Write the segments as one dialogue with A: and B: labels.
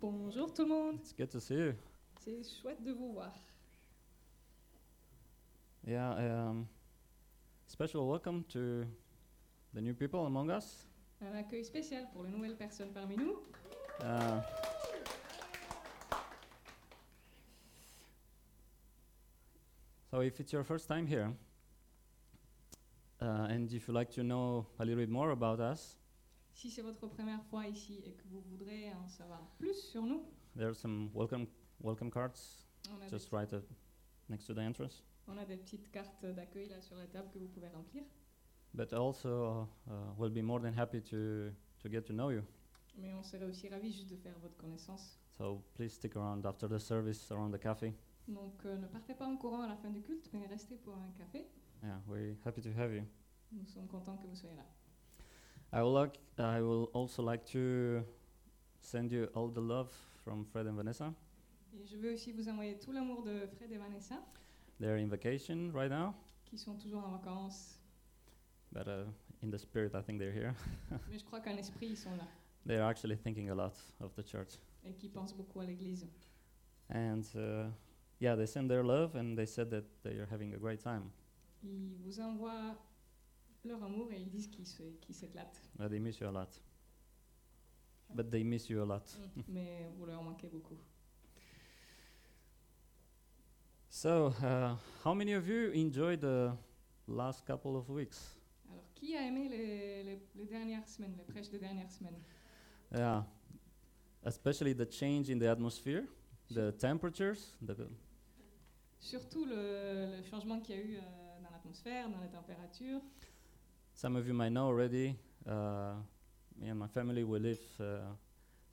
A: Bonjour tout le monde,
B: It's good to see you.
A: c'est chouette de vous voir.
B: Yeah, um, special welcome to the new people among us.
A: Un accueil spécial pour les nouvelles personnes parmi nous.
B: Uh, so, if it's your first time here, uh, and if you'd like to know a little bit more about us,
A: Si c'est votre première fois ici et que vous voudrez en savoir plus sur nous,
B: there are some welcome welcome cards
A: on a, des,
B: just right at, next to the entrance.
A: on a des petites cartes d'accueil là sur la table que vous pouvez remplir.
B: But also, uh, we'll be more than happy to to get to know you.
A: Mais on serait aussi ravis juste de faire votre connaissance.
B: So please stick around after the service around the cafe.
A: Donc euh, ne partez pas en courant à la fin du culte, mais restez pour un café.
B: Yeah, we're happy to have you.
A: Nous sommes contents que vous soyez là.
B: I will like I will also like to send you all the love from Fred and Vanessa.
A: Et je veux aussi vous envoyer tout l'amour de Fred et Vanessa,
B: They're in vacation right now,
A: qui sont toujours en vacances,
B: but uh, in the spirit I think they're here.
A: mais je crois qu'en esprit ils sont là
B: They're actually thinking a lot of the church.
A: et qui pensent beaucoup à l'Église.
B: And uh, yeah, they sent their love and they said that they are having a great time.
A: Ils vous envoient leur amour et ils disent qu'ils se- qu'ils s'éclatent.
B: But they miss you a lot. But they miss you a lot.
A: Mais vous leur manquez beaucoup.
B: So, uh, how many of you enjoyed the last couple of weeks?
A: Alors, qui a aimé les, les- les dernières semaines, les prêches des dernières semaines
B: Yeah, especially the change in the atmosphere, the temperatures, the
A: Surtout le, le changement qu'il y a eu euh, dans l'atmosphère, dans les températures.
B: Some of you might know already, uh, me and my family, we live uh,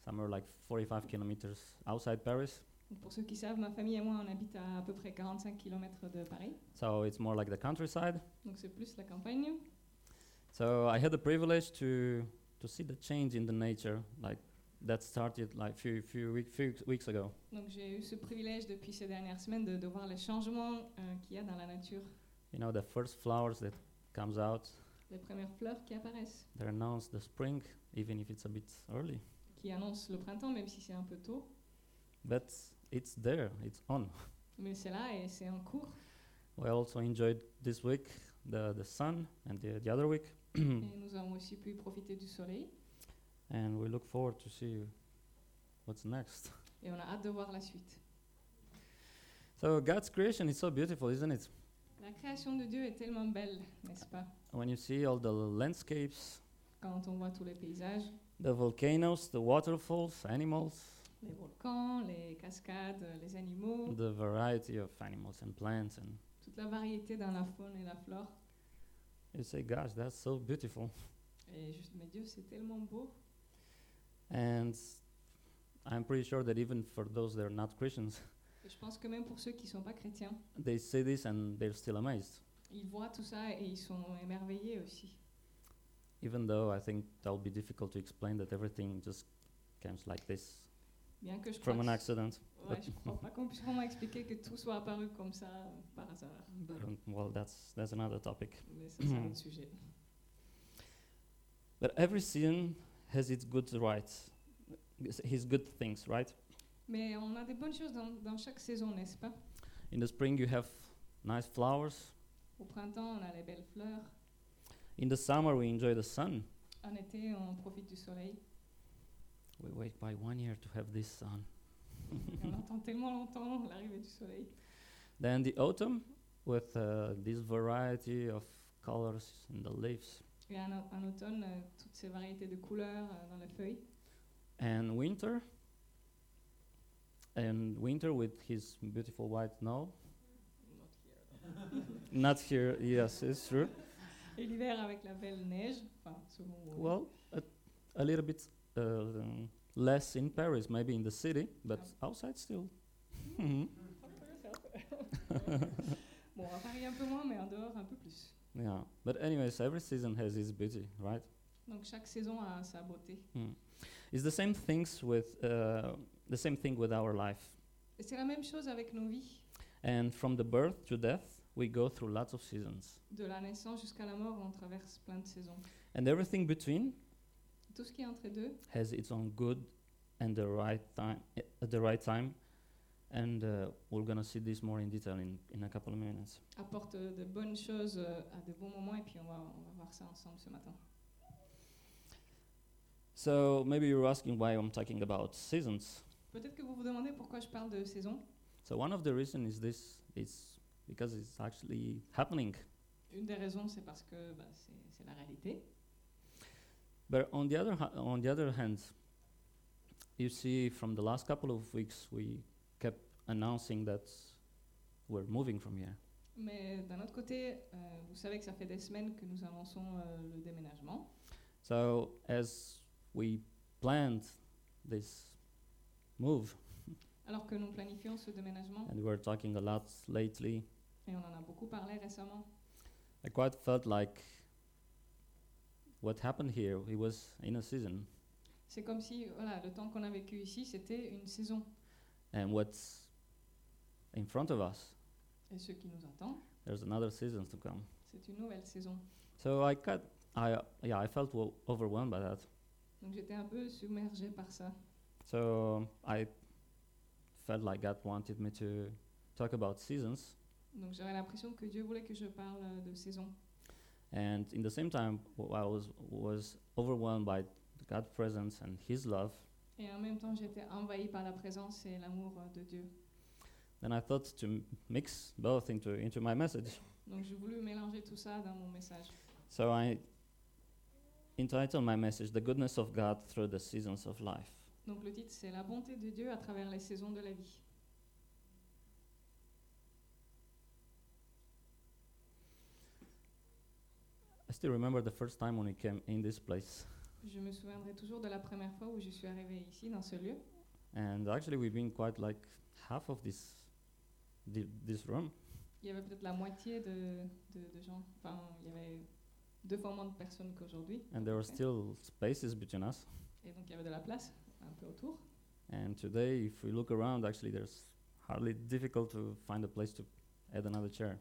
B: somewhere like 45 kilometers outside Paris.
A: Donc, pour ceux qui savent, ma famille et moi, on habite à à peu près 45 km de Paris.
B: So it's more like the countryside.
A: Donc, c'est plus la campagne.
B: So I had the privilege to, to see the change in the nature, like that started like few, few, week, few weeks ago.
A: Donc, j'ai eu ce privilège depuis ces dernières semaines de, de voir les changements euh, qu'il y a dans la nature.
B: You know, the first flowers that comes out,
A: Les premières fleurs qui apparaissent,
B: they announce the spring, even if it's a bit early.
A: qui annoncent le printemps, même si c'est un peu tôt.
B: But it's there, it's on.
A: Mais c'est là et c'est en cours.
B: We also enjoyed this week the, the sun and the, the other week,
A: Et nous avons aussi pu profiter du soleil.
B: and we look forward to see what's next.
A: Et on a hâte de voir la suite.
B: So God's creation is so beautiful, isn't it?
A: La création de Dieu est tellement belle, n'est-ce pas
B: When you see all the landscapes,
A: Quand on voit tous les paysages,
B: the volcanoes, the waterfalls, animals,
A: les volcans, les cascades, les animaux,
B: the variety of animals and plants, and
A: toute la variété dans la faune et la flore.
B: you say, "Gosh, that's so beautiful."
A: Et juste, mais Dieu, c'est tellement beau.
B: And I'm pretty sure that even for those that are not Christians,
A: Et je pense que même pour ceux qui ne sont pas chrétiens,
B: they see this and they're still amazed.
A: ils voient tout ça et ils sont émerveillés aussi.
B: Even though I think that'll be difficult to explain that everything just comes like this
A: Bien que je crois,
B: from an
A: que-
B: accident.
A: ouais, je crois pas qu'on puisse vraiment expliquer que tout soit apparu comme ça euh, par hasard.
B: Um, Well, that's that's another topic.
A: Mais ça, c'est un autre sujet.
B: But every sin has its good rights, his- his good things, right?
A: Mais on a des bonnes choses dans, dans chaque saison, n'est-ce pas
B: In the spring, you have nice flowers.
A: Au printemps, on a les belles fleurs.
B: In the summer, we enjoy the sun.
A: En été, on profite du soleil.
B: We wait by one year to have this sun.
A: Et on attend tellement longtemps l'arrivée du soleil.
B: Then the autumn, with uh, this variety of colors in the leaves.
A: Et en, au- en automne, euh, toutes ces variétés de couleurs euh, dans les feuilles.
B: And winter, and winter with his beautiful white snow. Not here, yes, it's true.
A: Et l'hiver avec la belle neige. Enfin, selon où on est.
B: Well, a, a little bit uh, um, less in Paris, maybe in the city, but outside still. Mhm.
A: bon, à Paris un peu moins, mais en dehors un peu plus.
B: Yeah, but anyways, every season has its beauty, right?
A: Donc chaque saison a sa beauté.
B: Mm. It's the same things with uh, the same thing with our life,
A: Et c'est la même chose avec nos vies.
B: and from the birth to death, we go through lots of seasons,
A: De la naissance jusqu'à la mort, on traverse plein de saisons.
B: and everything between
A: Tout ce qui est entre deux
B: has its own good and the right time at the right time. And uh, we're gonna see this more in detail in, in a couple of minutes.
A: Apporte euh, de bonnes choses euh, à de bons moments et puis on va, on va voir ça ensemble ce matin.
B: So maybe you're asking why I'm talking about seasons.
A: Peut-être que vous vous demandez pourquoi je parle de saison.
B: So one of the reason is this: it's because it's actually happening.
A: Une des raisons, c'est parce que bah, c'est c'est la réalité.
B: But on the other ha- on the other hand, you see, from the last couple of weeks, we kept announcing that we're moving from here.
A: Mais d'un autre côté, euh, vous savez que ça fait des semaines que nous annonçons euh, le déménagement.
B: So as we planned this move,
A: Alors que nous planifions ce déménagement,
B: and we're talking a lot lately,
A: et on en a beaucoup parlé récemment,
B: I quite felt like what happened here. It was in a season,
A: c'est comme si voilà, le temps qu'on a vécu ici, c'était une saison.
B: and what's in front of us,
A: Et ce qui nous attend,
B: there's another season to come.
A: c'est une nouvelle saison.
B: So I got, I uh, yeah, I felt wo- overwhelmed by that.
A: Donc j'étais un peu submergée par ça.
B: So um, I felt like God wanted me to talk about seasons,
A: Donc j'avais l'impression que Dieu voulait que je parle euh, de saison.
B: and in the same time, w- I was was overwhelmed by God's presence and His love.
A: Et en même temps, j'étais envahie par la présence et l'amour euh, de Dieu.
B: Then I thought to m- mix both into into my message.
A: Donc j'ai voulu mélanger tout ça dans mon message.
B: So I entitled my message "The Goodness of God Through the Seasons of Life."
A: Donc le titre, c'est La bonté de Dieu à travers les saisons de la vie.
B: I still remember the first time when we came in this place,
A: Je me souviendrai toujours de la première fois où je suis arrivée ici, dans ce lieu.
B: and actually we've been quite like half of this thi- this room.
A: Il y avait peut-être la moitié de, de- de gens, enfin, il y avait deux fois moins de personnes qu'aujourd'hui.
B: And there were
A: Okay.
B: still spaces between us.
A: Et donc il y avait de la place un peu autour.
B: And today, if we look around, actually, there's hardly difficult to find a place to add another chair.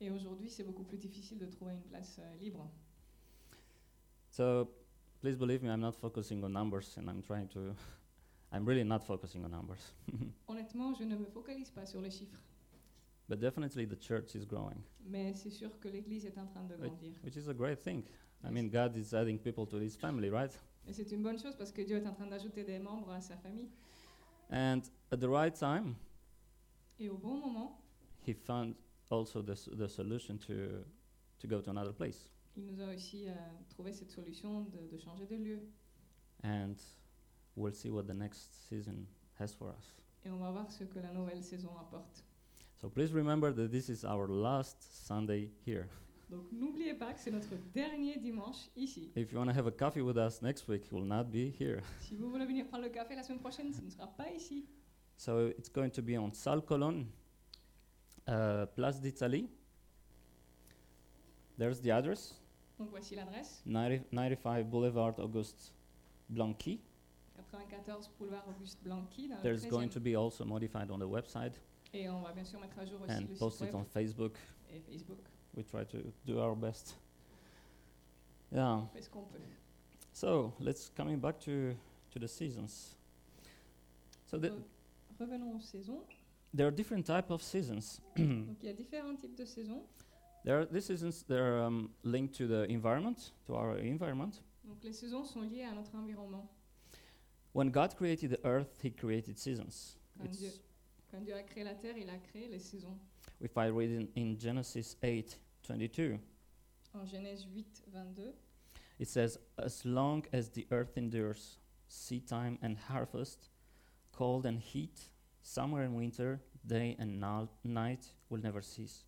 A: Et aujourd'hui, c'est beaucoup plus difficile de trouver une place euh, libre.
B: So please believe me, I'm not focusing on numbers, and I'm trying to. I'm really not focusing on numbers,
A: Honnêtement, je ne me focalise pas sur les chiffres,
B: but definitely the church is growing,
A: mais c'est sûr que l'Église est en train de
B: Oui.
A: grandir.
B: which is a great thing. I
A: Yes.
B: mean, God is adding people to His family, right?
A: Et c'est une bonne chose parce que Dieu est en train d'ajouter des membres à sa famille.
B: And at the right time,
A: Et au bon moment,
B: He found also the s- the solution to to go to another place.
A: il nous a aussi euh, trouvé cette solution de, de changer de lieu.
B: And we'll see what the next season has for us.
A: Et on va voir ce que la nouvelle saison apporte.
B: So please remember that this is our last Sunday here.
A: Donc n'oubliez pas que c'est notre dernier dimanche ici.
B: If you want to have a coffee with us next week, you will not be here.
A: Si vous voulez venir prendre le café la semaine prochaine, ce ne sera pas ici.
B: So it's going to be on Salle Colonne, uh, Place d'Italie. There's the address,
A: Donc voici l'adresse
B: 90, 95 Boulevard Auguste Blanqui.
A: 94 boulevard Auguste Blanqui dans le
B: There's going to
A: 13e.
B: be also modified on the website
A: Et on va bien sûr mettre à jour aussi le
B: and
A: site
B: posted
A: web
B: on Facebook.
A: et Facebook.
B: We try to do our best. Yeah.
A: On fait ce qu'on peut.
B: So let's coming back to to the seasons. So the,
A: Donc, revenons aux saisons.
B: there are different type of seasons.
A: Donc il y a différents types de saisons.
B: There are, these seasons they're um, linked to the environment, to our environment.
A: Donc les saisons sont liées à notre environnement.
B: When God created the earth, He created seasons.
A: Quand Dieu, quand Dieu a créé la terre, il a créé les saisons.
B: if I read in, in Genesis 8:22,
A: En Genèse 8, 22,
B: it says, "As long as the earth endures, seed time and harvest, cold and heat, summer and winter, day and nal- night will never cease."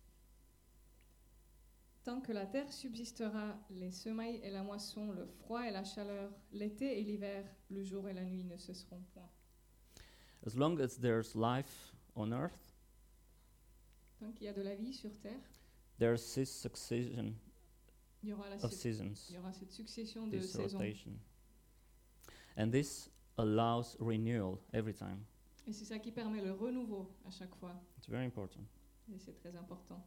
A: Tant que la terre subsistera, les semailles et la moisson, le froid et la chaleur, l'été et l'hiver, le jour et la nuit ne cesseront point.
B: As long as there's life on earth,
A: Tant qu'il y a de la vie sur terre,
B: there's this succession
A: il y aura, la
B: of
A: suc-
B: seasons.
A: il y aura cette succession de
B: this
A: saisons.
B: rotation. And this allows renewal every time.
A: Et c'est ça qui permet le renouveau à chaque fois.
B: It's very important.
A: Et c'est très important.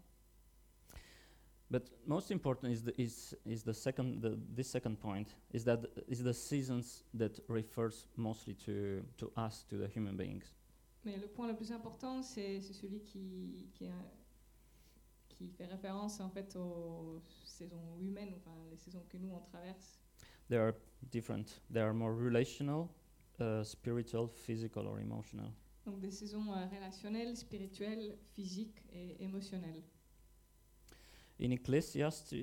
B: But most important is the, is, is the second the, this second point is that is the seasons that refers mostly to to us to the human beings.
A: Mais le point le plus important, c'est c'est celui qui, qui, a- qui fait référence en fait aux saisons humaines, enfin les saisons que nous on traverse.
B: They are different. They are more relational, uh, spiritual, physical, or emotional.
A: Donc des saisons euh, relationnelles, spirituelles, physiques et émotionnelles.
B: In Ecclesiastes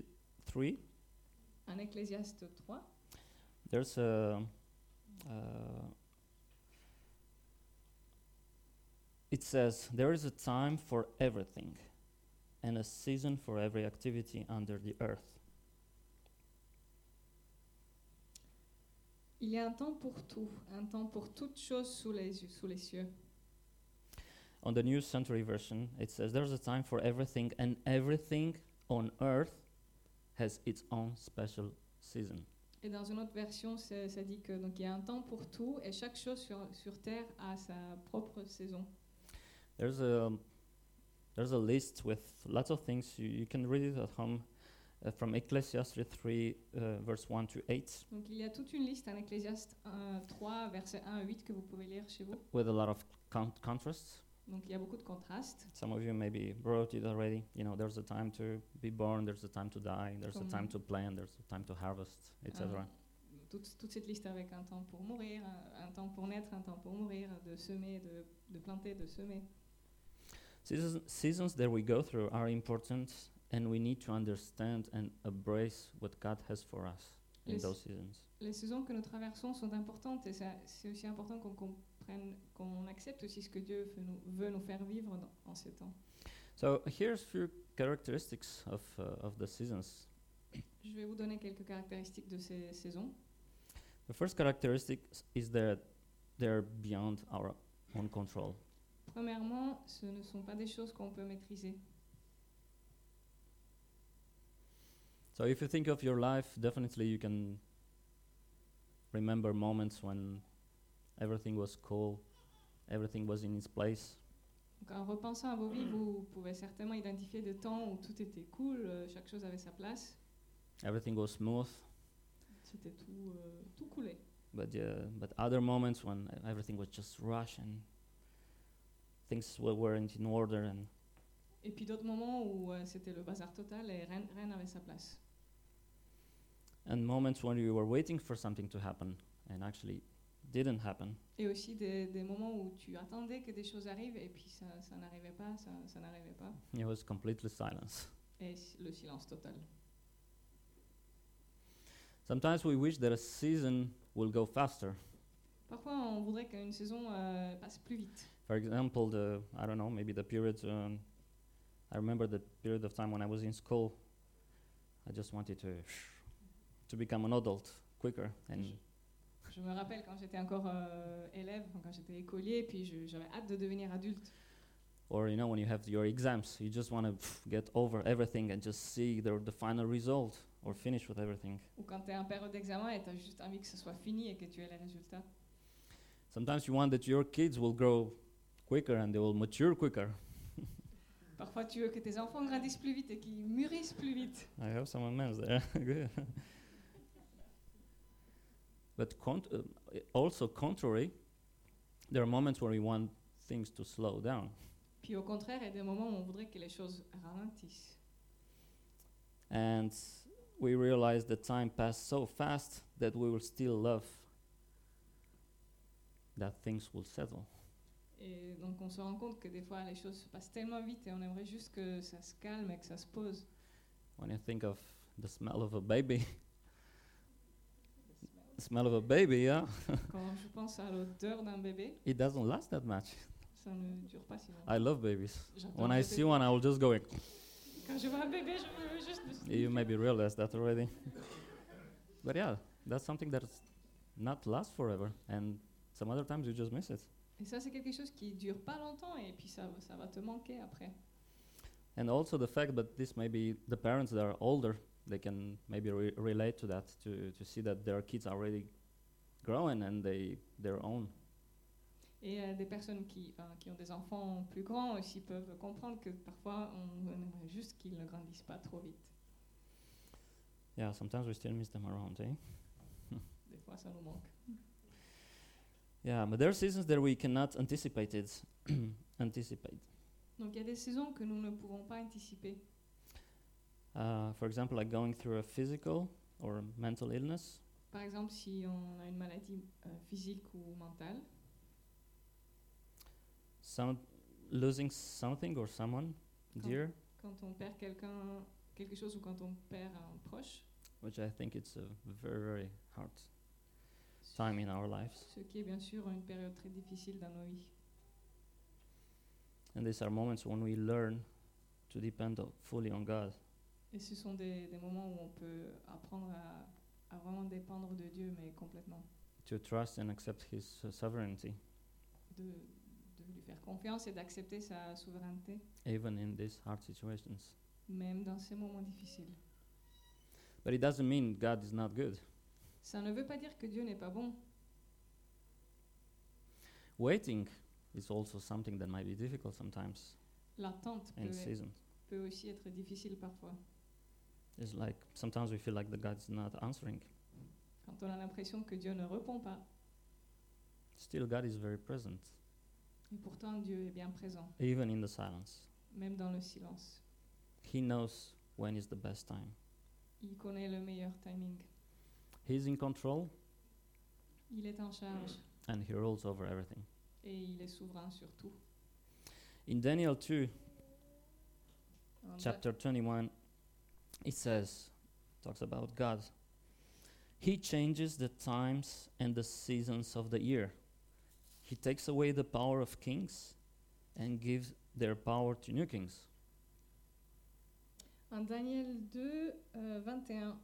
B: three,
A: En Ecclésiaste 3,
B: there's a. Uh, it says there is a time for everything, and a season for every activity under the earth.
A: il y a un temps pour tout, un temps pour toute chose sous les, yeux- sous les cieux.
B: On the New Century Version, it says there's a time for everything, and everything on earth has its own special season.
A: Et dans une autre version, c'est- ça dit que donc il y a un temps pour tout et chaque chose sur, sur terre a sa propre saison.
B: There's a there's a list with lots of things. You, you can read it at home uh, from Ecclesiastes 3, uh, verse 1 to 8,
A: Donc il y a toute une liste en Ecclésiaste 1, 3, verset 1 à 8 que vous pouvez lire chez vous.
B: with a lot of con- contrasts.
A: Donc il y a beaucoup de contrastes.
B: Some of you maybe wrote it already. You know, there's a time to be born, there's a time to die, there's a
A: Comme-
B: time to plant, there's a time to harvest, etc.
A: Mm. Un- Euh, toute, toute cette liste avec un temps pour mourir, un, un temps pour naître, un temps pour mourir, de semer, de, de planter, de semer.
B: Seasons, seasons that we go through are important, and we need to understand and embrace what God has for us in
A: Yes.
B: those seasons.
A: Les saisons que nous traversons sont importantes et ça- c'est aussi important qu'on comprenne, qu'on accepte aussi ce que Dieu veut nous, veut nous faire vivre dans- en ces temps.
B: So here's few characteristics of uh, of the seasons.
A: Je vais vous donner quelques caractéristiques de ces saisons.
B: The first characteristic s- is that they're beyond our own control.
A: Premièrement, ce ne sont pas des choses qu'on peut maîtriser.
B: So if you think of your life, definitely you can remember moments when everything was cool, everything was in its place,
A: Donc, en repensant à vos vies, vous pouvez certainement identifier des temps où tout était cool, euh, chaque chose avait sa place,
B: everything was smooth.
A: c'était tout, euh, tout coulé.
B: But uh, but other moments when e- everything was just rush and things wa- weren't in order and
A: Et puis d'autres moments où euh, c'était le bazar total et rien rien n'avait sa place.
B: and moments when you were waiting for something to happen and actually didn't happen.
A: Et aussi des, des moments où tu attendais que des choses arrivent et puis ça, ça n'arrivait pas, ça, ça n'arrivait pas.
B: It was completely silence.
A: Et si- le silence total.
B: Sometimes we wish that a season will go faster.
A: Parfois, on voudrait qu'une saison euh, passe plus vite.
B: For example, the I don't know maybe the period. Um, I remember the period of time when I was in school. I just wanted to to become an adult quicker and
A: Je me rappelle quand j'étais encore euh, élève, enfin, quand j'étais écolier, puis je- j'avais hâte de devenir adulte.
B: or you know when you have your exams you just want to get over everything and just see the, the final result or finish with everything
A: Ou quand tu es en période d'examen et tu as juste envie que ce soit fini et que tu aies les résultats.
B: sometimes you want that your kids will grow quicker and they will mature quicker
A: Parfois, tu veux que tes enfants grandissent plus vite et qu'ils mûrissent plus vite.
B: i have some amends there Good. but cont- uh, i- also contrary there are moments where we want things to slow down
A: Puis au contraire, il y a des moments où on voudrait que les choses ralentissent.
B: and we realize that time passed so fast that we will still love that things will settle
A: Et donc, on se rend compte que des fois, les choses se passent tellement vite et on aimerait juste que ça se calme et que ça se pose.
B: when you think of the smell of a baby the smell of a baby yeah
A: Quand je pense à l'odeur d'un bébé,
B: it doesn't last that much
A: ça ne dure pas si longtemps.
B: i love babies
A: J'adore
B: when
A: les
B: i
A: bébés.
B: see one i will just go like,
A: Quand je vois un bébé, je veux juste me
B: you maybe realize that already but yeah that's something that's not last forever and some other times you just miss it
A: Et ça, c'est quelque chose qui dure pas longtemps et puis ça, ça va te manquer après.
B: and also the fact that this may be the parents that are older they can maybe re- relate to that to, to see that their kids are already growing and they their own
A: Et euh, des personnes qui, enfin, qui ont des enfants plus grands aussi peuvent comprendre que parfois, on, on aimerait juste qu'ils ne grandissent pas trop vite.
B: Yeah, sometimes we still miss them around, eh?
A: Des fois, ça nous manque.
B: Yeah, but there are seasons that we cannot anticipate it. anticipate.
A: Donc, il y a des saisons que nous ne pouvons pas anticiper.
B: Uh, for example, like going through a physical or a mental illness,
A: Par exemple, si on a une maladie euh, physique ou mentale,
B: some losing something or someone
A: Come.
B: dear,
A: quand on perd quelqu'un, quelque chose ou quand on perd un proche,
B: which I think it's a very very hard time in our lives.
A: ce qui est bien sûr une période très difficile dans nos vies.
B: And these are moments when we learn to depend o- fully on God.
A: Et ce sont des, des moments où on peut apprendre à, à vraiment dépendre de Dieu, mais complètement,
B: to trust and accept his uh, sovereignty,
A: de, de lui faire confiance et d'accepter sa souveraineté,
B: even in these hard situations.
A: même dans ces moments difficiles.
B: But it doesn't mean God is not good.
A: Ça ne veut pas dire que Dieu n'est pas bon.
B: Waiting is also something that might be difficult sometimes
A: L'attente peut,
B: in season.
A: peut aussi être difficile parfois.
B: It's like sometimes we feel like the God is not answering.
A: Quand on a l'impression que Dieu ne répond pas,
B: Still, God is very present,
A: et pourtant Dieu est bien présent,
B: even in the silence.
A: même dans le silence.
B: He knows when is the best time.
A: Il connaît le meilleur timing.
B: He's in control
A: Il est en charge
B: and he rules over everything.
A: et il est souverain sur tout.
B: In Daniel 2,
A: En Da-
B: chapter 21, it says, talks about God. He changes the times and the seasons of the year. He takes away the power of kings and gives their power to new kings.
A: En Daniel 2, euh, 21,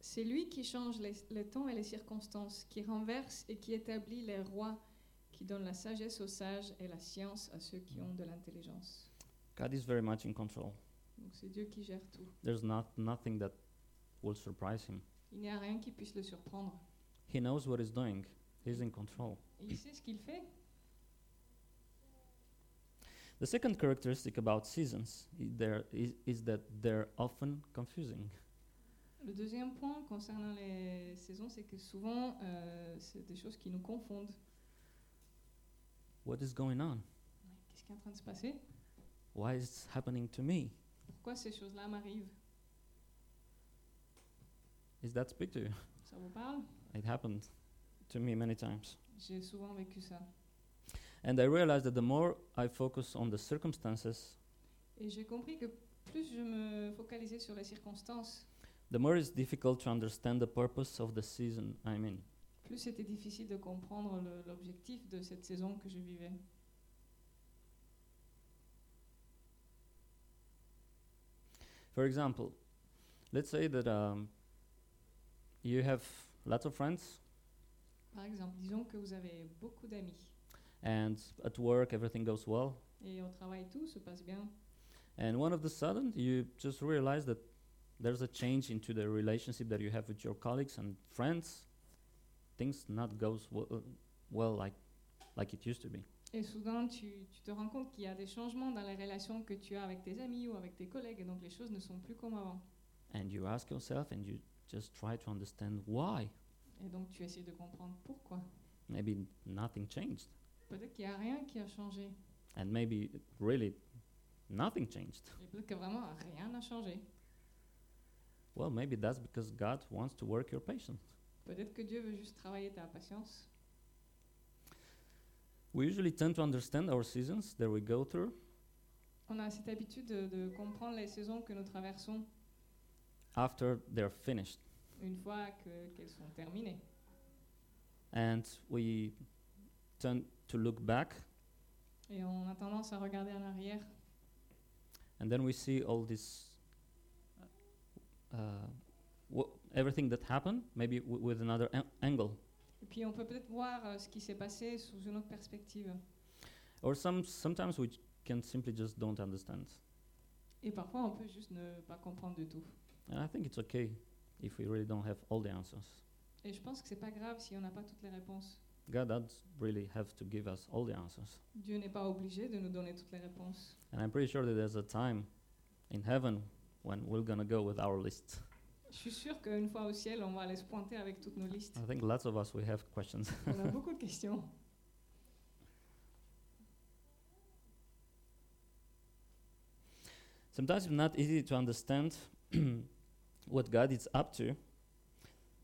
A: c'est lui qui change les, les temps et les circonstances, qui renverse et qui établit les rois, qui donne la sagesse aux sages et la science à ceux qui ont de l'intelligence.
B: God is very much in control.
A: Donc c'est Dieu qui gère tout.
B: There's not nothing that will surprise him.
A: Il n'y a rien qui puisse le surprendre.
B: He knows what he's doing. He's in control.
A: Et il sait ce qu'il fait.
B: The second characteristic about seasons i- there is, is that they're often confusing.
A: Le deuxième point concernant les saisons, c'est que souvent, euh, c'est des choses qui nous confondent.
B: What is going on?
A: Qu'est-ce qui est en train de se passer
B: Why is it happening to me?
A: Pourquoi ces choses-là m'arrivent
B: Is that speak to you?
A: Ça vous parle
B: It happened to me many times.
A: J'ai souvent vécu ça.
B: And I realized that the more I focus on the circumstances,
A: Et j'ai compris que plus je me focalisais sur les circonstances,
B: the more it's difficult to understand the purpose of the season I'm in.
A: plus c'était difficile de comprendre le- l'objectif de cette saison que je vivais.
B: For example, let's say that um, you have lots of friends,
A: Par exemple, disons que vous avez beaucoup d'amis
B: and at work everything goes well,
A: et au travail tout se passe bien.
B: and one of the sudden you just realize that there's a change into the relationship that you have with your colleagues and friends. Things not goes well, well like like it used to be.
A: Et soudain, tu, tu te rends compte qu'il y a des changements dans les relations que tu as avec tes amis ou avec tes collègues, et donc les choses ne sont plus comme avant.
B: and you ask yourself and you just try to understand why
A: Et donc tu essaies de comprendre pourquoi.
B: maybe nothing changed
A: Peut-être qu'il n'y a rien qui a changé,
B: and maybe uh, really nothing changed
A: et peut-être que vraiment rien n'a changé.
B: well maybe that's because god wants to work your patience
A: Peut-être que Dieu veut juste travailler ta patience.
B: we usually tend to understand our seasons that we go through
A: On a cette habitude de, de comprendre les saisons que nous traversons
B: after they're finished
A: une fois que- qu'elles sont terminées.
B: and we tend to look back
A: Et on a tendance à regarder en arrière
B: and then we see all this uh, wha- everything that happened maybe w- with another an- angle
A: et puis on peut peut-être voir euh, ce qui s'est passé sous une autre perspective.
B: or some sometimes we can simply just don't understand
A: Et parfois on peut juste ne pas comprendre du tout.
B: And I think it's okay if we really don't have all the answers.
A: Et je pense que c'est pas grave si on n'a pas toutes les réponses.
B: God does really have to give us all the answers.
A: Dieu n'est pas obligé de nous donner toutes les réponses.
B: And I'm pretty sure that there's a time in heaven when we're gonna go with our list.
A: Je suis sûre qu'une fois au ciel, on va aller se pointer avec toutes nos listes.
B: I think lots of us we have questions.
A: On a beaucoup de questions.
B: Sometimes it's not easy to understand what God is up to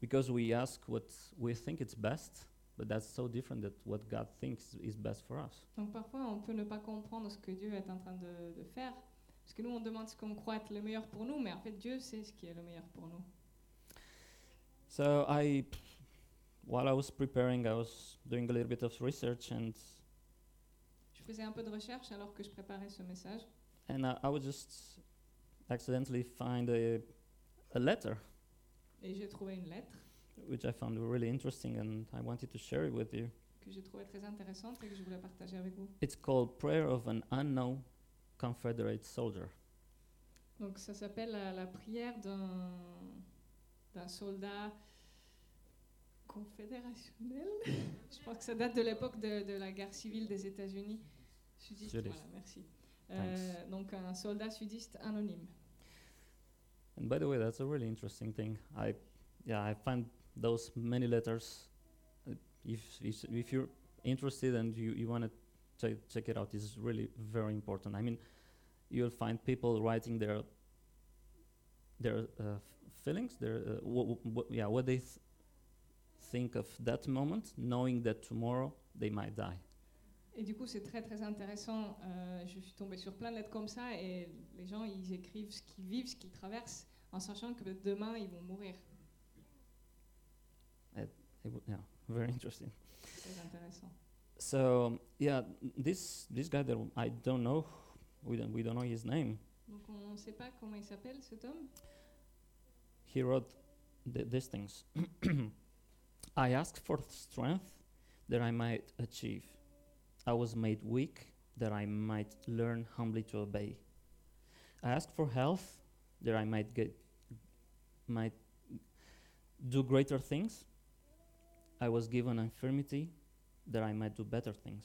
B: because we ask what we think is best, but that's so different that what God thinks is best for us.
A: Donc parfois, on peut ne pas comprendre ce que Dieu est en train de, de faire. Parce que nous, on demande ce qu'on croit être le meilleur pour nous, mais en fait, Dieu sait ce qui est le meilleur pour nous.
B: So I, while I was preparing, I was doing a little bit of research and
A: Je faisais un peu de recherche alors que je préparais ce message.
B: and I, I would just accidentally find a, a letter
A: Et j'ai trouvé une lettre
B: which I found really interesting and I wanted to share it with you.
A: que j'ai trouvée très intéressante et que je voulais partager avec vous.
B: It's called Prayer of an Unknown Confederate Soldier.
A: Donc ça s'appelle la, la prière d'un d'un soldat confédérationnel. Je pense que ça date de l'époque de, de la guerre civile des États-Unis. Sudiste,
B: Sudiste.
A: voilà, merci. Euh, donc un soldat sudiste anonyme.
B: And by the way, that's a really interesting thing. I, yeah, I find those many letters. uh, If if, if you're interested and you, you want to check check it out, it's really very important. I mean, you'll find people writing their their uh, f- feelings, their uh, wh- wh- wh- yeah, what they th- think of that moment, knowing that tomorrow they might die.
A: Et du coup, c'est très très intéressant. Euh, je suis tombée sur plein de lettres comme ça et les gens, ils écrivent ce qu'ils vivent, ce qu'ils traversent, en sachant que demain, ils vont mourir.
B: It w- yeah, very interesting.
A: C'est très intéressant.
B: So yeah, this this guy that I don't know, we don't we don't know his name.
A: Donc on ne sait pas comment il s'appelle cet homme.
B: He wrote th- these things. I asked for strength that I might achieve. I was made weak that I might learn humbly to obey. I asked for health that I might get might do greater things. I was given infirmity that I might do better things.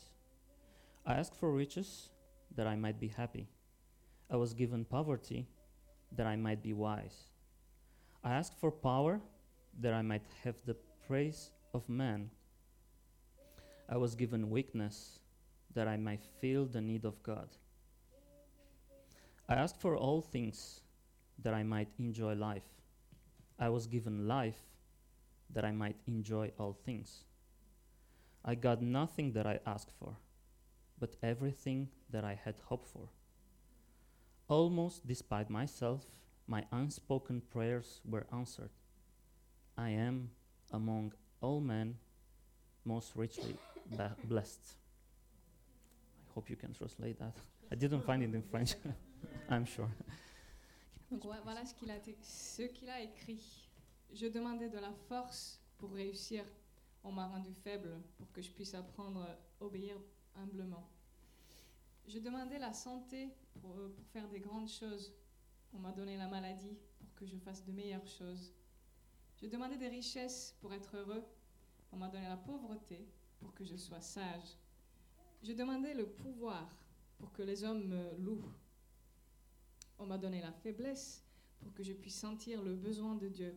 B: I asked for riches that I might be happy. I was given poverty that I might be wise. I asked for power that I might have the praise of man. I was given weakness that I might feel the need of God. I asked for all things that I might enjoy life. I was given life that I might enjoy all things. I got nothing that I asked for, but everything that I had hoped for. Almost despite myself, my unspoken prayers were answered. I am among all men most richly ba- blessed. I hope you can translate that. I didn't find it in French, I'm sure.
A: Donc voi- voilà ce qu'il a, t- ce qu'il a écrit. Je demandais de la force pour réussir. On m'a rendu faible pour que je puisse apprendre à obéir humblement. Je demandais la santé pour, euh, pour faire des grandes choses. On m'a donné la maladie pour que je fasse de meilleures choses. Je demandais des richesses pour être heureux. On m'a donné la pauvreté pour que je sois sage. Je demandais le pouvoir pour que les hommes me louent. On m'a donné la faiblesse pour que je puisse sentir le besoin de Dieu.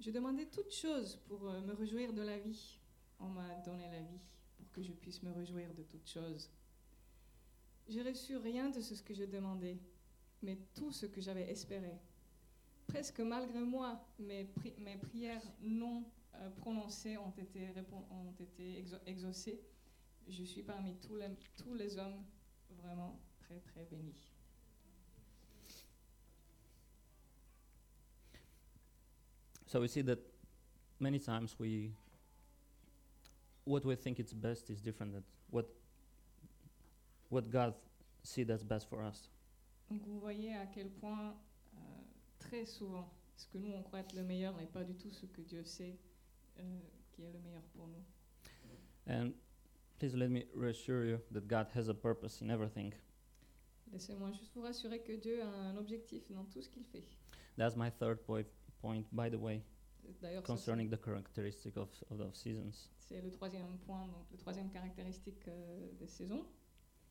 A: Je demandais toutes choses pour euh, me réjouir de la vie. On m'a donné la vie pour que je puisse me réjouir de toutes choses. J'ai reçu rien de ce que je demandais, mais tout ce que j'avais espéré. Presque malgré moi, mes, pri- mes prières non euh, prononcées ont été, répon- ont été exau- exaucées. Je suis parmi tous les, tous les hommes vraiment très très bénis.
B: So we see that many times we what we think is best is different than what what God see that's best for us.
A: Donc vous voyez à quel point euh, très souvent ce que nous on croit être le meilleur n'est pas du tout ce que Dieu sait euh, qui est le meilleur pour nous.
B: And please let me reassure you that God has a purpose in everything.
A: Laissez-moi juste vous rassurer que Dieu a un objectif dans tout ce qu'il fait.
B: That's my third point, point by the way,
A: D'ailleurs, ça, c'est
B: concerning the characteristic of, of the seasons,
A: c'est le troisième point, donc le troisième caractéristique euh, des saisons,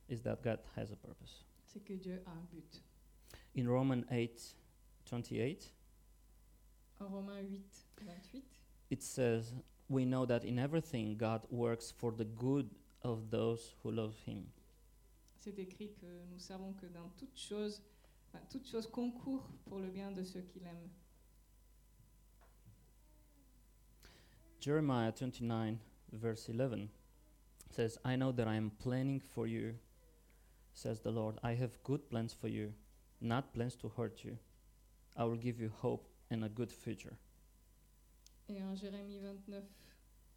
B: is that God has a purpose.
A: c'est que Dieu a un but.
B: In Romans eight twenty eight,
A: En Romains 8, 28,
B: It says, We know that in everything God works for the good of those who love him.
A: c'est écrit que nous savons que dans toute chose, enfin, toute chose concourt pour le bien de ceux qui l'aiment.
B: Jeremiah 29, verse 11 says, I know that I am planning for you, says the Lord. I have good plans for you, not plans to hurt you. I will give you hope and a good future.
A: Et en Jérémie 29,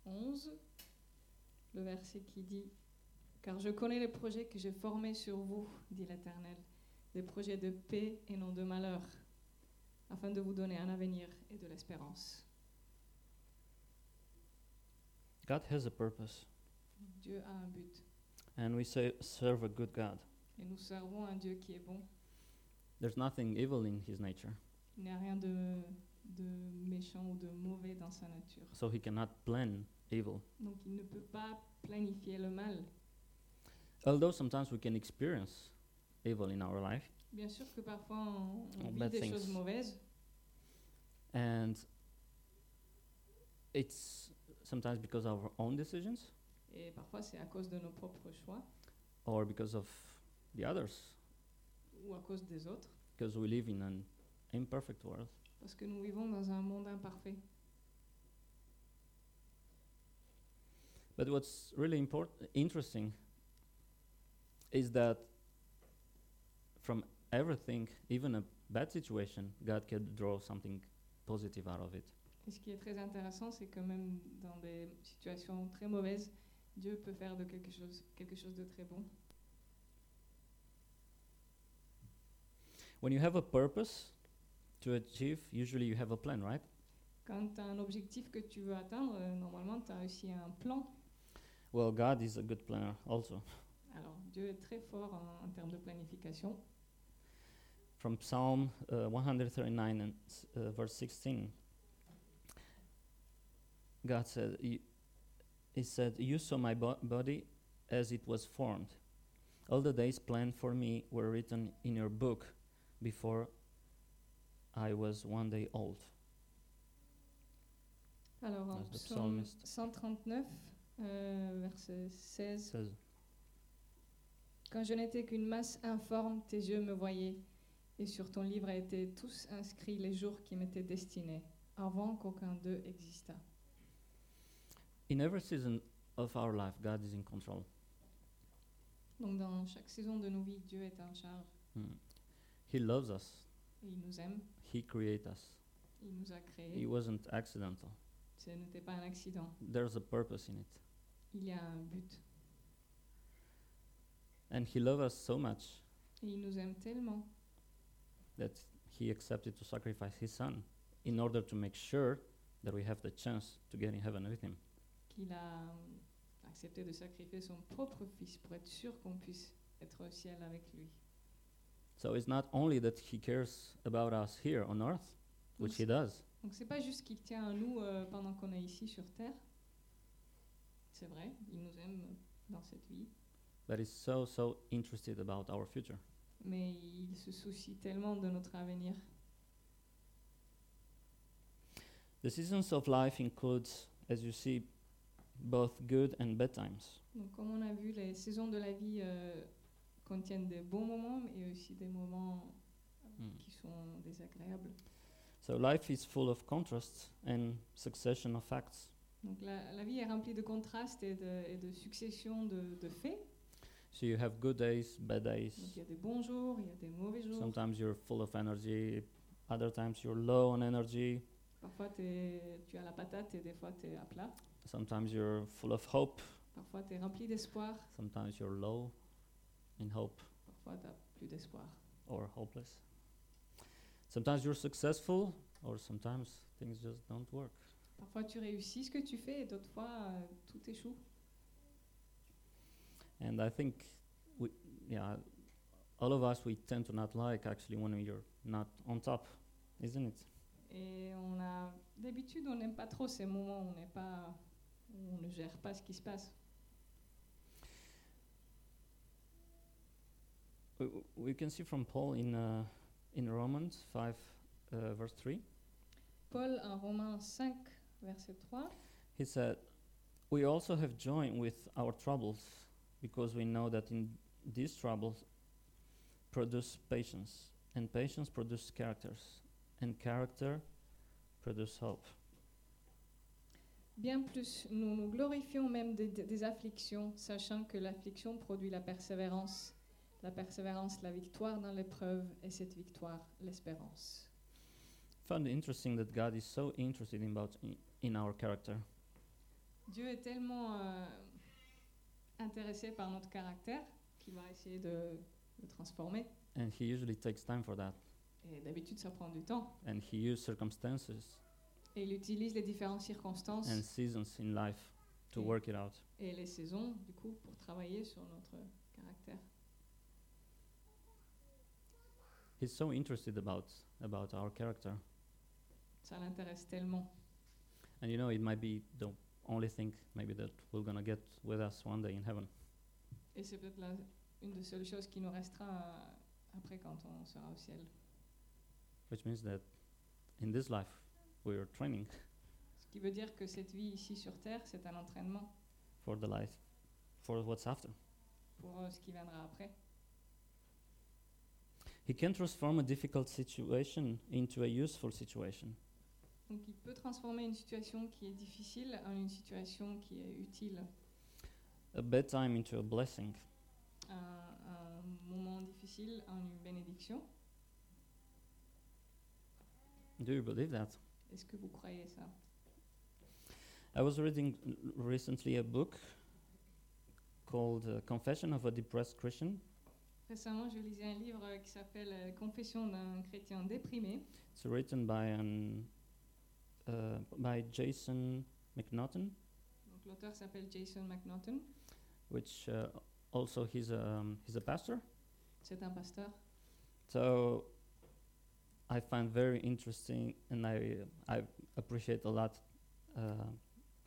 A: 11, le verset qui dit Car je connais les projets que j'ai formés sur vous, dit l'Éternel, des projets de paix et non de malheur, afin de vous donner un avenir et de l'espérance.
B: God has a purpose,
A: Dieu a un but.
B: and we say, serve a good God.
A: Et nous servons un Dieu qui est bon.
B: There's nothing evil in his nature,
A: Il n'y a rien de, de méchant ou de mauvais dans sa nature.
B: so he cannot plan evil.
A: Donc il ne peut pas planifier le mal.
B: Although sometimes we can experience evil in our life,
A: Bien sûr que parfois on, on
B: Oh,
A: vit
B: bad
A: des
B: things.
A: choses mauvaises
B: and it's sometimes because of our own decisions,
A: et parfois c'est à cause de nos propres choix.
B: or because of the others,
A: ou à cause des autres,
B: because we live in an imperfect world.
A: parce que nous vivons dans un monde imparfait.
B: But what's really important, interesting, is that from everything, even a bad situation, God can draw something positive out of it.
A: Et ce qui est très intéressant, c'est que même dans des situations très mauvaises, Dieu peut faire de quelque chose quelque chose de très bon.
B: When you have a purpose to achieve, usually you have a plan, right?
A: Quand tu as un objectif que tu veux atteindre, euh, normalement tu as aussi un plan.
B: Well, God is a good planner also.
A: Alors Dieu est très fort en, en termes de planification.
B: From Psalm uh, 139 and s- uh, verse 16, God said, y- He said, You saw my bo- body as it was formed. All the days planned for me were written in your book before I was one day old.
A: Alors en
B: That's the
A: psaume
B: psalmist.
A: 139, euh, verset 16,
B: Says,
A: Quand je n'étais qu'une masse informe, tes yeux me voyaient, et sur ton livre étaient tous inscrits les jours qui m'étaient destinés, avant qu'aucun d'eux existât.
B: In every season of our life, God is in control.
A: Donc dans chaque saison de nos vies, Dieu est en charge.
B: Mm. He loves us,
A: Et il nous aime,
B: He created us.
A: il nous a
B: It
A: créés.
B: wasn't accidental,
A: Ce n'était pas un accident,
B: there's a purpose in it.
A: il y a un but.
B: And He loved us so much
A: Et il nous aime tellement
B: that he accepted to sacrifice his son in order to make sure that we have the chance to get in heaven with him.
A: qu'il a euh, accepté de sacrifier son propre fils pour être sûr qu'on puisse être au ciel avec lui.
B: So it's not only that he cares about us here on earth, which he does,
A: Donc c'est pas juste qu'il tient à nous euh, pendant qu'on est ici sur Terre. C'est vrai, il nous aime dans cette vie,
B: but he's so, so interested about our future.
A: mais il se soucie tellement de notre avenir.
B: The seasons of life includes, as you see, both good and bad times.
A: Donc comme on a vu, les saisons de la vie euh, contiennent des bons moments, mais aussi des moments
B: Mm.
A: qui sont désagréables.
B: So life is full of contrasts and succession of facts.
A: Donc la, la vie est remplie de contrastes et de, et de successions de, de faits.
B: So you have good days, bad days.
A: Donc il y a des bons jours, il y a des mauvais jours.
B: Sometimes you're full of energy, other times you're low on energy,
A: Parfois t'es- tu as la patate et des fois tu es à plat.
B: Sometimes you're full of hope,
A: Parfois tu es rempli d'espoir,
B: sometimes you're low in hope
A: parfois tu n'as plus d'espoir.
B: or hopeless. Sometimes you're successful, or sometimes things just don't work.
A: Parfois tu réussis ce que tu fais et d'autres fois euh, tout échoue.
B: And I think we, yeah, all of us, we tend to not like actually when you're not on top, isn't it?
A: Et on a d'habitude on n'aime pas trop ces moments où on n'est pas où on ne gère pas ce qui se passe.
B: We, we can see from Paul in, uh, in Romans 5, uh, verse 3.
A: Paul en Romains 5, verset 3,
B: He said, We also have joined with our troubles because we know that in these troubles produce patience, and patience produce characters, and character produce hope.
A: Bien plus, nous nous glorifions même des, des afflictions, sachant que l'affliction produit la persévérance, la persévérance la victoire dans l'épreuve, et cette victoire l'espérance.
B: found it interesting that God is so interested in about in, in our character.
A: Dieu est tellement euh, intéressé par notre caractère qu'il va essayer de le transformer.
B: And he usually takes time for that.
A: Et d'habitude, ça prend du temps.
B: And he uses circumstances
A: Et il utilise les différentes circonstances
B: and seasons in life to
A: Mm.
B: work it out.
A: et les saisons, du coup, pour travailler sur notre caractère.
B: He's so interested about about our character.
A: Ça l'intéresse tellement.
B: And you know, it might be the only thing maybe that we're gonna get with us one day in heaven.
A: Et c'est peut-être la- une des seules choses qui nous restera euh, après quand on sera au ciel.
B: Which means that in this life we're training
A: Ce qui veut dire que cette vie ici sur Terre, c'est un entraînement
B: for the life for what's after.
A: pour euh, ce qui viendra après.
B: He can transform a difficult situation into a useful situation.
A: Donc il peut transformer une situation qui est difficile en une situation qui est utile.
B: A bad time into a blessing.
A: Un, un moment difficile en une bénédiction.
B: Do you believe that?
A: Est-ce que vous croyez ça
B: I was reading l- recently a book called uh, Confession of a Depressed Christian.
A: Récemment, je lisais un livre euh, qui s'appelle euh, Confession d'un chrétien déprimé.
B: It's written by an uh, by Jason McNaughton,
A: Donc, l'auteur s'appelle Jason McNaughton.
B: which uh, also he's a um, he's a pastor.
A: C'est un pasteur.
B: So I find very interesting, and I I appreciate a lot uh,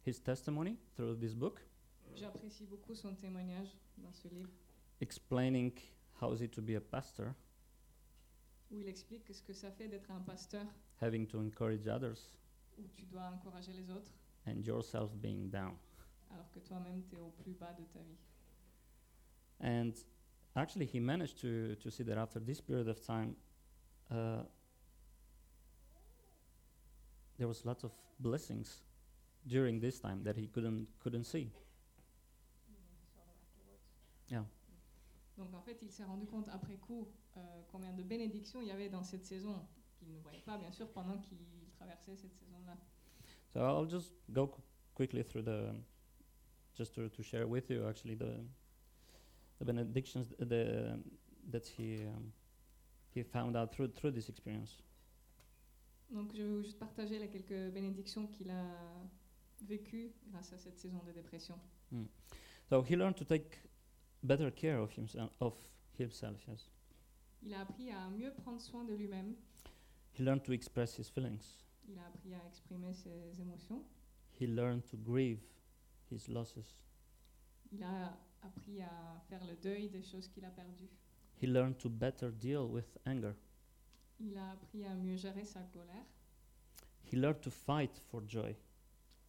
B: his testimony through this book,
A: J'apprécie beaucoup son témoignage dans ce livre
B: explaining how is it to be a pastor,
A: où il explique ce que ça fait d'être un pasteur
B: having to encourage others,
A: où tu dois encourager les autres
B: and yourself being down.
A: alors que toi-même tu es au plus bas de ta vie.
B: And actually, he managed to, to see that after this period of time, uh, there was lots of blessings during this time that he couldn't couldn't see. Yeah.
A: Donc en fait, il s'est rendu compte après coup euh, combien de bénédictions il y avait dans cette saison qu'il ne voyait pas bien sûr pendant qu'il traversait cette saison-là.
B: So I'll just go qu- quickly through the, just to, to share with you actually the, the benedictions th- the, that he um, he found out through through this experience.
A: Donc je vais juste partager les quelques bénédictions qu'il a vécues grâce à cette saison de dépression.
B: So he learned to take better care of himself of himself. Yes.
A: Il a appris à mieux prendre soin de lui-même,
B: He learned to express his feelings.
A: il a appris à exprimer ses émotions,
B: He learned to grieve his losses.
A: il a appris à faire le deuil des choses qu'il a perdues,
B: He learned to better deal with anger.
A: il a appris à mieux gérer sa colère,
B: He learned to fight for joy.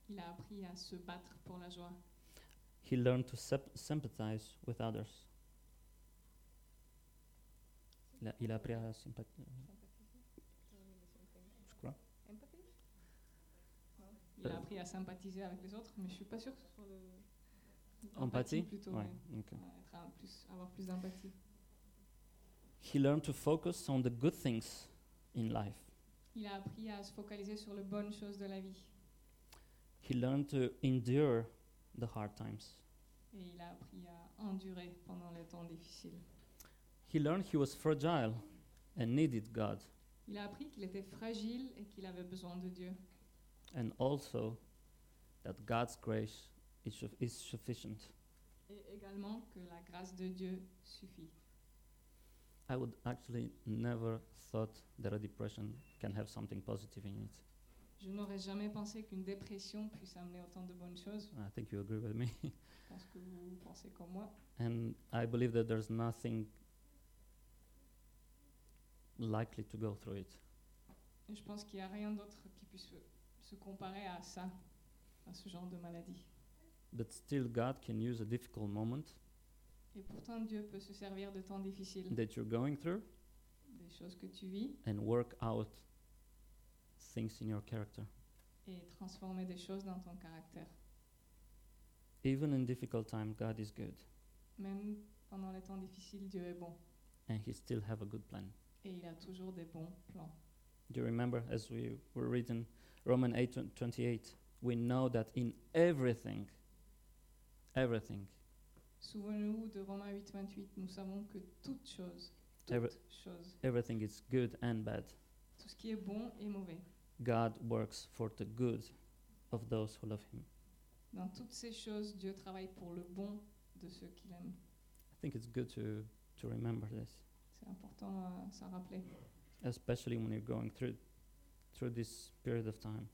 A: il a appris à se battre pour la joie,
B: He learned to sep- sympathize with others. Il a, il a appris à sympath- je crois.
A: il
B: Euh,
A: a appris à sympathiser avec les autres, mais je suis pas sûre que ce soit le...
B: Empathie
A: plutôt,
B: Ouais,
A: mais,
B: ok.
A: ouais, être un- plus, avoir plus d'empathie.
B: He learned to focus on the good things in life.
A: Il a appris à se focaliser sur les bonnes choses de la vie.
B: He learned to endure the hard times.
A: Et il a appris à endurer pendant les temps difficiles.
B: He learned he was fragile and needed God
A: Il a appris qu'il était fragile et qu'il avait besoin de Dieu.
B: and also that God's grace is, suf- is sufficient.
A: Et également que la grâce de Dieu suffit.
B: I would actually never thought that a depression can have something positive in it.
A: Je n'aurais jamais pensé qu'une dépression puisse amener autant de bonnes choses.
B: I think you agree with me.
A: Je pense que vous pensez comme moi.
B: and I believe that there's nothing likely to go through it.
A: Et je pense qu'il n'y a rien d'autre qui puisse se comparer à ça, à ce genre de maladie.
B: But still, God can use a difficult moment
A: Et pourtant, Dieu peut se servir de temps difficiles,
B: that you're going through
A: des choses que tu vis,
B: and work out things in your character.
A: et transformer des choses dans ton caractère.
B: Even in difficult time, God is good,
A: Même pendant les temps difficiles, Dieu est bon.
B: and He still have a good plan.
A: Et il a toujours des bons plans.
B: Do you remember, as we were reading Romans 8 twen- 28, we know that in everything, everything,
A: Souvenons-nous de Romains 8, 28. Nous savons que toute chose,
B: Every-
A: toute chose,
B: everything is good and bad.
A: tout ce qui est bon et mauvais,
B: God works for the good of those who love Him.
A: dans toutes ces choses, Dieu travaille pour le bon de ceux qu'il aime.
B: I think it's good to, to remember this,
A: C'est important euh, à s'en rappeler,
B: especially when you're going through, through this period of time.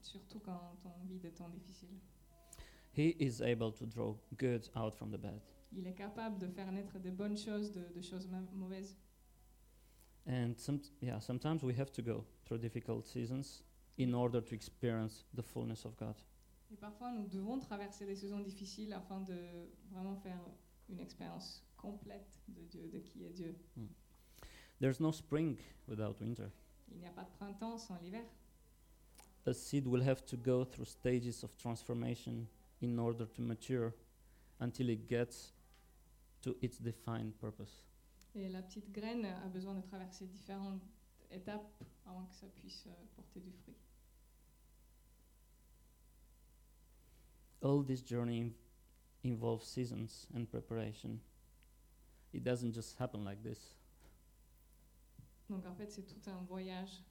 A: surtout quand on vit des temps difficiles.
B: He is able to draw good out from the bad.
A: Il est capable de faire naître des bonnes choses, de, de choses ma- mauvaises.
B: And some, yeah, sometimes we have to go through difficult seasons in order to experience the fullness of God.
A: Et parfois, nous devons traverser des saisons difficiles afin de vraiment faire une expérience complète de Dieu, de qui est Dieu.
B: There's no spring without winter.
A: Il n'y a pas de printemps sans l'hiver.
B: A seed will have to go through stages of transformation in order to mature until it gets to its defined purpose.
A: Et la petite graine a besoin de traverser différentes étapes avant que ça puisse euh, porter du fruit.
B: All this journey inv- involves seasons and preparation. It doesn't just happen like this.
A: Donc en fait, c'est tout un voyage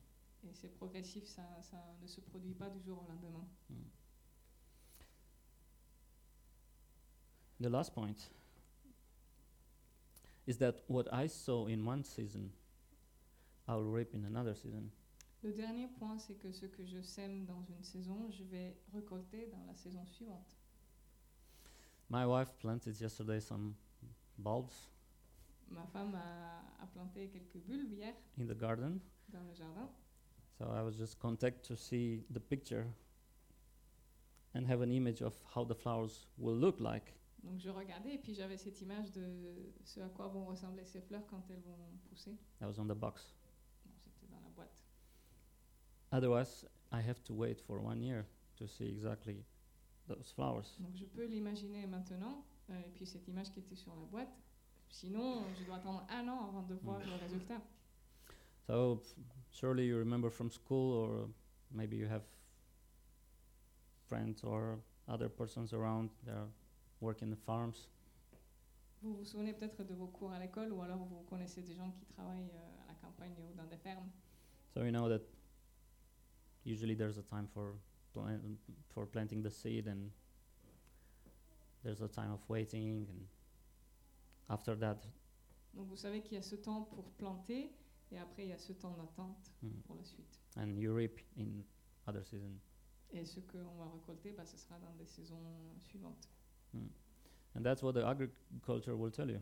A: et c'est progressif, ça, ça ne se produit pas du jour au lendemain.
B: Mm. The last point is that what I sow in one season, I'll reap in another season.
A: Le dernier point, c'est que ce que je sème dans une saison, je vais récolter dans la saison suivante.
B: My wife planted yesterday some bulbs
A: Ma femme a, a planté quelques bulbes hier
B: in the garden,
A: dans le jardin.
B: so I was just contact to see the picture and have an image of how the flowers will look like.
A: Donc je regardais et puis j'avais cette image de ce à quoi vont ressembler ces fleurs quand elles vont pousser.
B: That was on the box.
A: Bon, C'était dans la boîte.
B: Otherwise, I have to wait for one year to see exactly those flowers.
A: Donc je peux l'imaginer maintenant, euh, et puis cette image qui était sur la boîte. Sinon, je dois attendre un an avant de voir le résultat.
B: So f- surely you remember from school, or maybe you have friends or other persons around that are work in the farms.
A: Vous vous souvenez peut-être de vos cours à l'école, ou alors vous connaissez des gens qui travaillent euh, à la campagne ou dans des fermes.
B: So you know that usually there's a time for plant, for planting the seed, and there's a time of waiting, and after that,
A: Donc vous savez qu'il y a ce temps pour planter, et après il y a ce temps d'attente
B: Mhm.
A: pour la suite.
B: and you reap in other season.
A: Et ce qu'on va récolter, bah, ce sera dans des saisons suivantes.
B: And that's what the agriculture will tell you.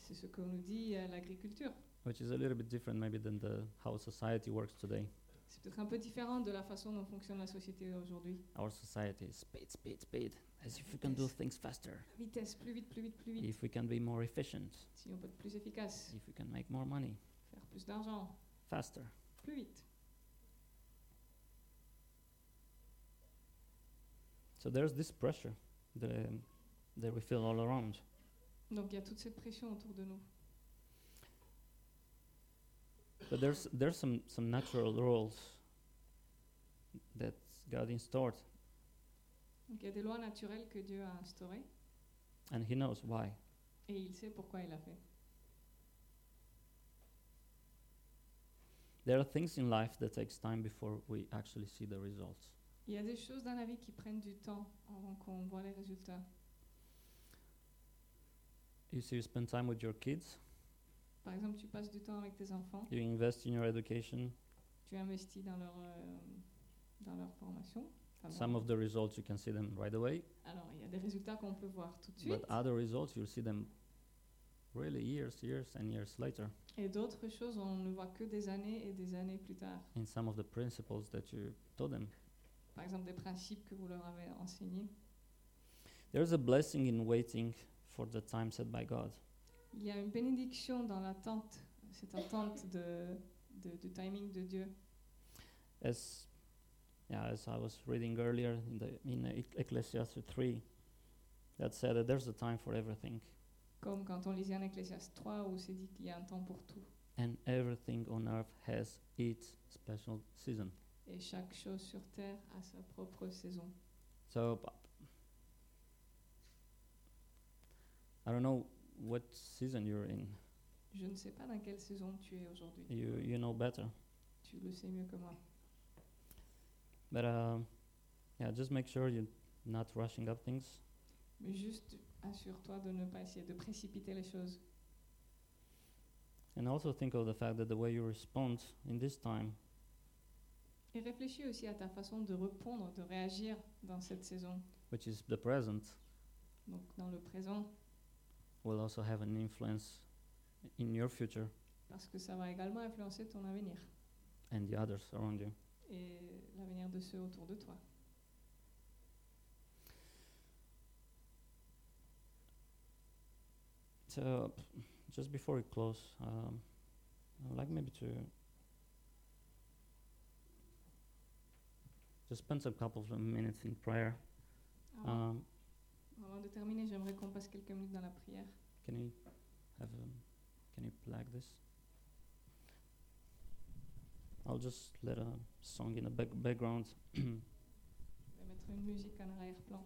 A: C'est ce que nous dit euh, l'agriculture.
B: which is a little bit different maybe than the how society works today.
A: C'est peut-être un peu différent de la façon dont fonctionne la société aujourd'hui.
B: Our society is speed, speed, speed, as if we can do
A: Yes.
B: things faster,
A: La vitesse, plus vite, plus vite, plus vite.
B: if we can be more efficient,
A: Si on peut être plus efficace,
B: if we can make more money
A: faire plus d'argent,
B: faster.
A: plus vite.
B: So there's this pressure that, um, that we feel all around.
A: Donc il y a toute cette pression autour de nous.
B: But there's there's some some natural rules that God instaured,
A: Donc il y a des lois naturelles que Dieu a instaurées
B: and He knows why.
A: et il sait pourquoi il a fait.
B: There are things in life that takes time before we actually see the results.
A: Il y a des choses dans la vie qui prennent du temps avant qu'on voit les résultats.
B: You see, you spend time with your kids,
A: Par exemple, tu passes du temps avec tes enfants,
B: you invest in your education.
A: tu investis dans leur, euh, dans leur formation. Enfin,
B: Some
A: bon.
B: of the results you can see them right away,
A: Alors il y a des résultats qu'on peut voir tout de suite,
B: But other results, you'll see them really years, years, and years later.
A: Et d'autres choses, on ne voit que des années et des années plus tard.
B: In some of the principles that you taught them,
A: Par exemple, des principes que vous leur avez enseignés.
B: there's a blessing in waiting for the time set by God.
A: Il y a une bénédiction dans l'attente, cette attente de, de- du timing de Dieu.
B: As yeah, as I was reading earlier in the in Ec- Ecclesiastes three, that said that there's a time for everything
A: Comme quand on lisait en Ecclésiaste 3 où c'est dit qu'il y a un temps pour tout.
B: and everything on earth has its special season.
A: Et chaque chose sur terre a sa propre saison.
B: So b- I don't know what season you're in.
A: Je ne sais pas dans quelle saison tu es aujourd'hui.
B: You you know better.
A: Tu le sais mieux que moi.
B: But um, yeah, just make sure you're not rushing up things.
A: Mais juste assure-toi de ne pas essayer de précipiter les choses.
B: And also think of the fact that the way you respond in this time
A: Et réfléchis aussi à ta façon de répondre, de réagir dans cette saison.
B: which is the present,
A: Donc dans le présent,
B: will also have an influence in your future
A: parce que ça va également influencer ton avenir
B: and the others around you.
A: et l'avenir de ceux autour de toi.
B: So, p- just before we close, um, I would like maybe to just spend a couple of minutes in prayer.
A: Avant,
B: Um,
A: avant de terminer, j'aimerais qu'on passe quelques minutes dans la prière.
B: can you have um, can you plug this? I'll just let a song in the back background.
A: Je vais mettre une musique en arrière-plan.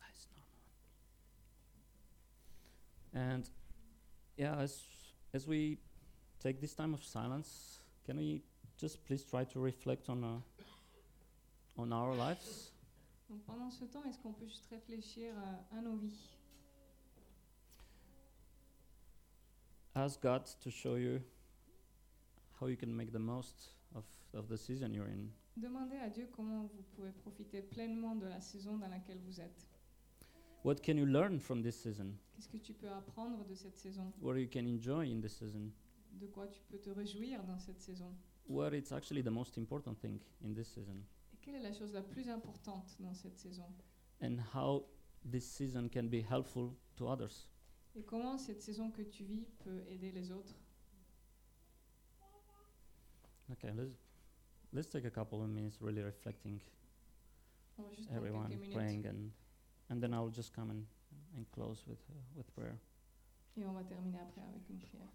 B: Nice, Norman. And yeah, as as we take this time of silence, can we just please try to reflect on uh, on our lives?
A: Donc pendant ce temps, est-ce qu'on peut juste réfléchir euh, à, à nos vies
B: Ask God to show you how you can make the most of, of the season you're in.
A: Demandez à Dieu comment vous pouvez profiter pleinement de la saison dans laquelle vous êtes.
B: What can you learn from this season?
A: Qu'est-ce que tu peux apprendre de cette saison
B: What you can enjoy in this season?
A: De quoi tu peux te réjouir dans cette saison
B: What is actually the most important thing in this season?
A: Et quelle est la chose la plus importante dans cette saison
B: And how this season can be helpful to others?
A: Et comment cette saison que tu vis peut aider les autres
B: Okay, let's let's take a couple of minutes really reflecting
A: On va juste prendre
B: everyone
A: quelques minutes
B: praying and and then I'll just come and, and close with uh, with prayer.
A: et on va terminer après avec une prière.